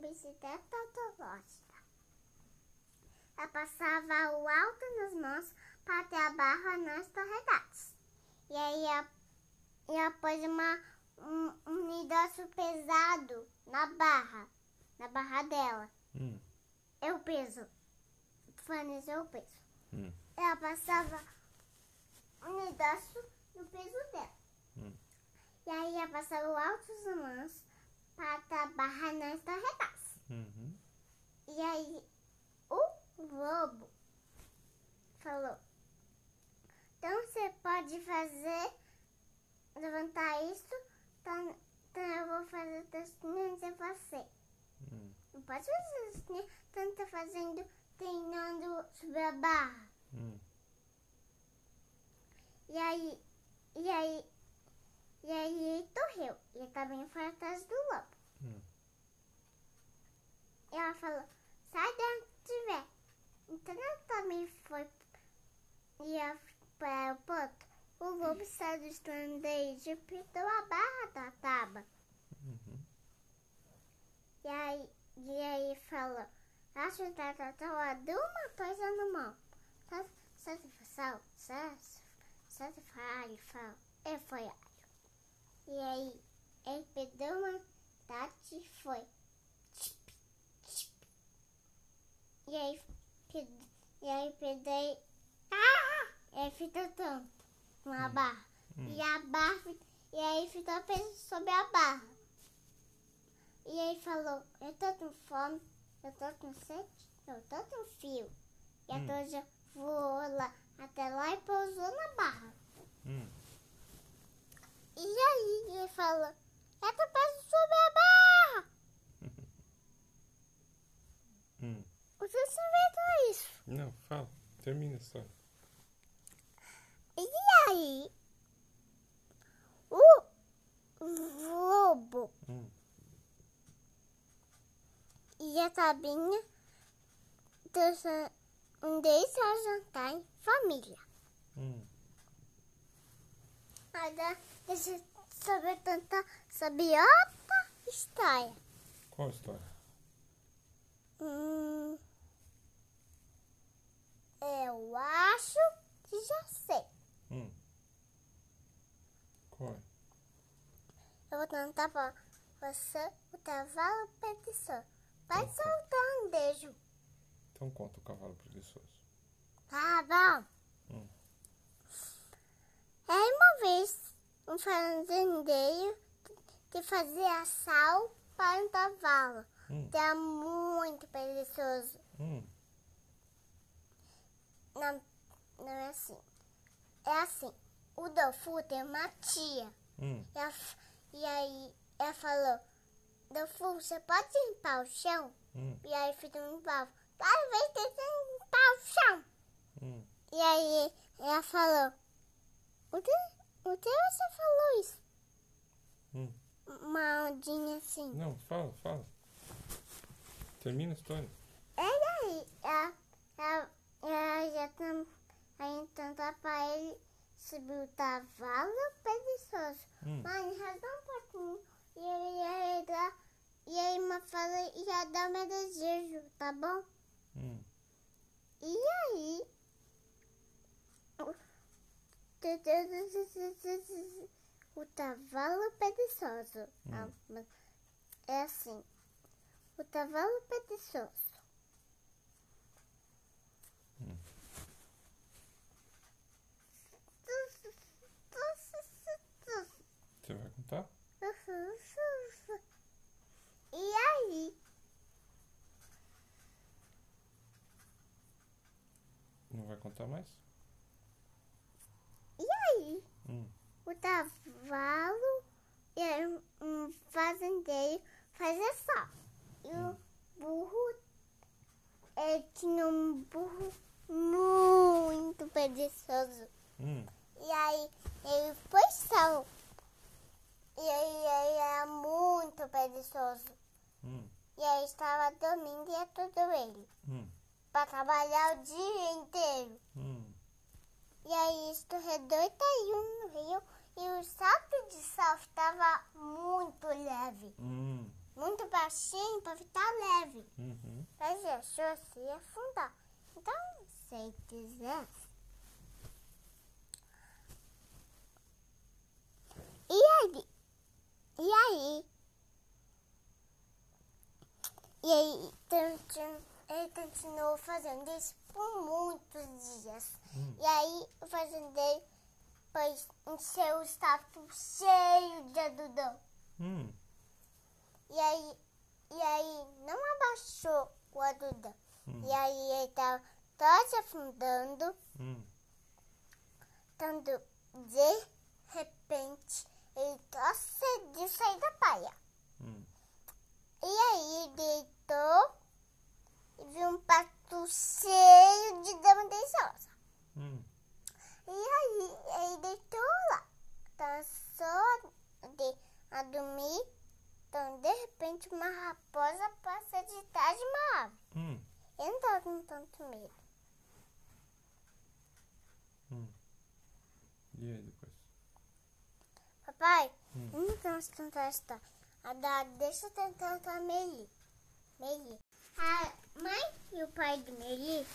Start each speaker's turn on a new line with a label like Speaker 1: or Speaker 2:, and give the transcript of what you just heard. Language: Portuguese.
Speaker 1: bicicleta autológica. Ela passava o alto nas mãos para ter a barra nas torredadas. E aí ela, ela pôs uma, um, um negócio pesado na barra, na barra dela.
Speaker 2: Hum.
Speaker 1: Eu peso. Forneceu o peso.
Speaker 2: Hum.
Speaker 1: Ela passava um negócio no peso dela.
Speaker 2: Hum.
Speaker 1: E aí ela passava o alto nas mãos para a barra nas torredadas.
Speaker 2: Uhum.
Speaker 1: E aí o lobo falou: Então você pode fazer, levantar isso, então, então eu vou fazer testinho de você.
Speaker 2: Hum.
Speaker 1: Não pode fazer testinho, então tá fazendo, treinando subir a barra.
Speaker 2: Hum.
Speaker 1: E aí, e aí, e aí ele torreu. E ele também foi atrás do lobo.
Speaker 2: Hum.
Speaker 1: E ela falou, sai de onde tiver. Então ela também foi e ela foi para o ponto. O lobo saiu do stand e pintou a barra da tábua.
Speaker 2: Uhum.
Speaker 1: E aí, e aí falou, acho que tá, a tatuada de uma coisa no mão. Só, só se for sal, só, só se for alho, fal, e foi alho. E aí, ele pegou uma tati e foi. Tchip, tchip. E aí, pe- e aí pedei. Ah! E aí ficou tonto com a barra.
Speaker 2: Hum.
Speaker 1: E a barra, fi- e aí ficou preso sobre a barra. E aí falou, eu tô com fome, eu tô com sede, eu tô com fio. E a
Speaker 2: Hum.
Speaker 1: coisa voou lá até lá e pousou na barra.
Speaker 2: Hum.
Speaker 1: E aí ele falou, "É eu tô preso sobre a barra.
Speaker 2: Hum.
Speaker 1: O que você inventou isso?
Speaker 2: Não, fala. Termina a história.
Speaker 1: E aí, o lobo
Speaker 2: Hum.
Speaker 1: e a cabinha trouxeram um deles ao jantar em família.
Speaker 2: Hum.
Speaker 1: Agora, deixa eu saber tanta, saber outra história.
Speaker 2: Qual a história?
Speaker 1: Hum, eu acho que já sei.
Speaker 2: Hum. Qual é?
Speaker 1: Eu vou tentar pra você o cavalo preguiçoso.
Speaker 2: Tá,
Speaker 1: Vai soltar um beijo.
Speaker 2: Então conta o cavalo preguiçoso.
Speaker 1: Tá bom.
Speaker 2: Hum.
Speaker 1: Era uma vez um fazendeiro que fazia sal para um cavalo.
Speaker 2: Hum.
Speaker 1: Que era muito preguiçoso.
Speaker 2: Hum.
Speaker 1: Não, não é assim. É assim. O Dofu tem uma tia.
Speaker 2: Hum.
Speaker 1: E, ela f- e aí ela falou, Dofu, você pode limpar o chão?
Speaker 2: Hum.
Speaker 1: E aí fez um pau. Cada vez que você limpar o chão.
Speaker 2: Hum.
Speaker 1: E aí ela falou, o que, o que você falou isso?
Speaker 2: Hum.
Speaker 1: Uma ondinha assim.
Speaker 2: Não, fala, fala. Termina a história.
Speaker 1: E aí É ela, ela, ela já tam, aí tentou pra ele subir o cavalo preguiçoso.
Speaker 2: Hum.
Speaker 1: Mãe, rasga um pouquinho. E eu ia dar, e aí uma fala ia dar meu desejo, tá bom?
Speaker 2: Hum.
Speaker 1: E aí? O cavalo preguiçoso. Ah, mas É assim. O cavalo preguiçoso.
Speaker 2: Você vai contar?
Speaker 1: E aí?
Speaker 2: Não vai contar mais?
Speaker 1: E aí?
Speaker 2: Hum.
Speaker 1: O cavalo era um- um fazendeiro fazia sal. E o burro, ele tinha um burro muito preguiçoso.
Speaker 2: Hum.
Speaker 1: E aí ele foi sal. E aí ele era muito preguiçoso.
Speaker 2: Hum.
Speaker 1: E aí estava dormindo e atendeu ele.
Speaker 2: Hum.
Speaker 1: Para trabalhar o dia inteiro.
Speaker 2: Hum.
Speaker 1: E é aí escorredor e caiu no rio e o salto de sal estava muito leve.
Speaker 2: Hum.
Speaker 1: muito baixinho para ficar leve.
Speaker 2: Uhum.
Speaker 1: Mas deixou se afundar. Então, se quiser. E aí? E aí? E aí, tanti- ele continuou fazendo isso por muitos dias.
Speaker 2: Hum.
Speaker 1: E aí, o fazendeiro pois, encheu o saco cheio de algodão.
Speaker 2: Hum.
Speaker 1: E aí, e aí não abaixou o algodão.
Speaker 2: Hum.
Speaker 1: E aí ele tava todo se afundando,
Speaker 2: Hum.
Speaker 1: quando de repente ele conseguiu sair da paia.
Speaker 2: Hum.
Speaker 1: E aí deitou e viu um pato cheio de dama deliciosa.
Speaker 2: Hum.
Speaker 1: E aí ele deitou lá, cansou de a dormir. Então, de repente, uma raposa passa de trás de uma árvore.
Speaker 2: Hum.
Speaker 1: Eu não tava com tanto medo.
Speaker 2: E aí depois?
Speaker 1: Papai,
Speaker 2: Hum.
Speaker 1: não canso cantar essa história. A da, deixa eu tentar cantar Meili. Meili. A mãe e o pai de Meili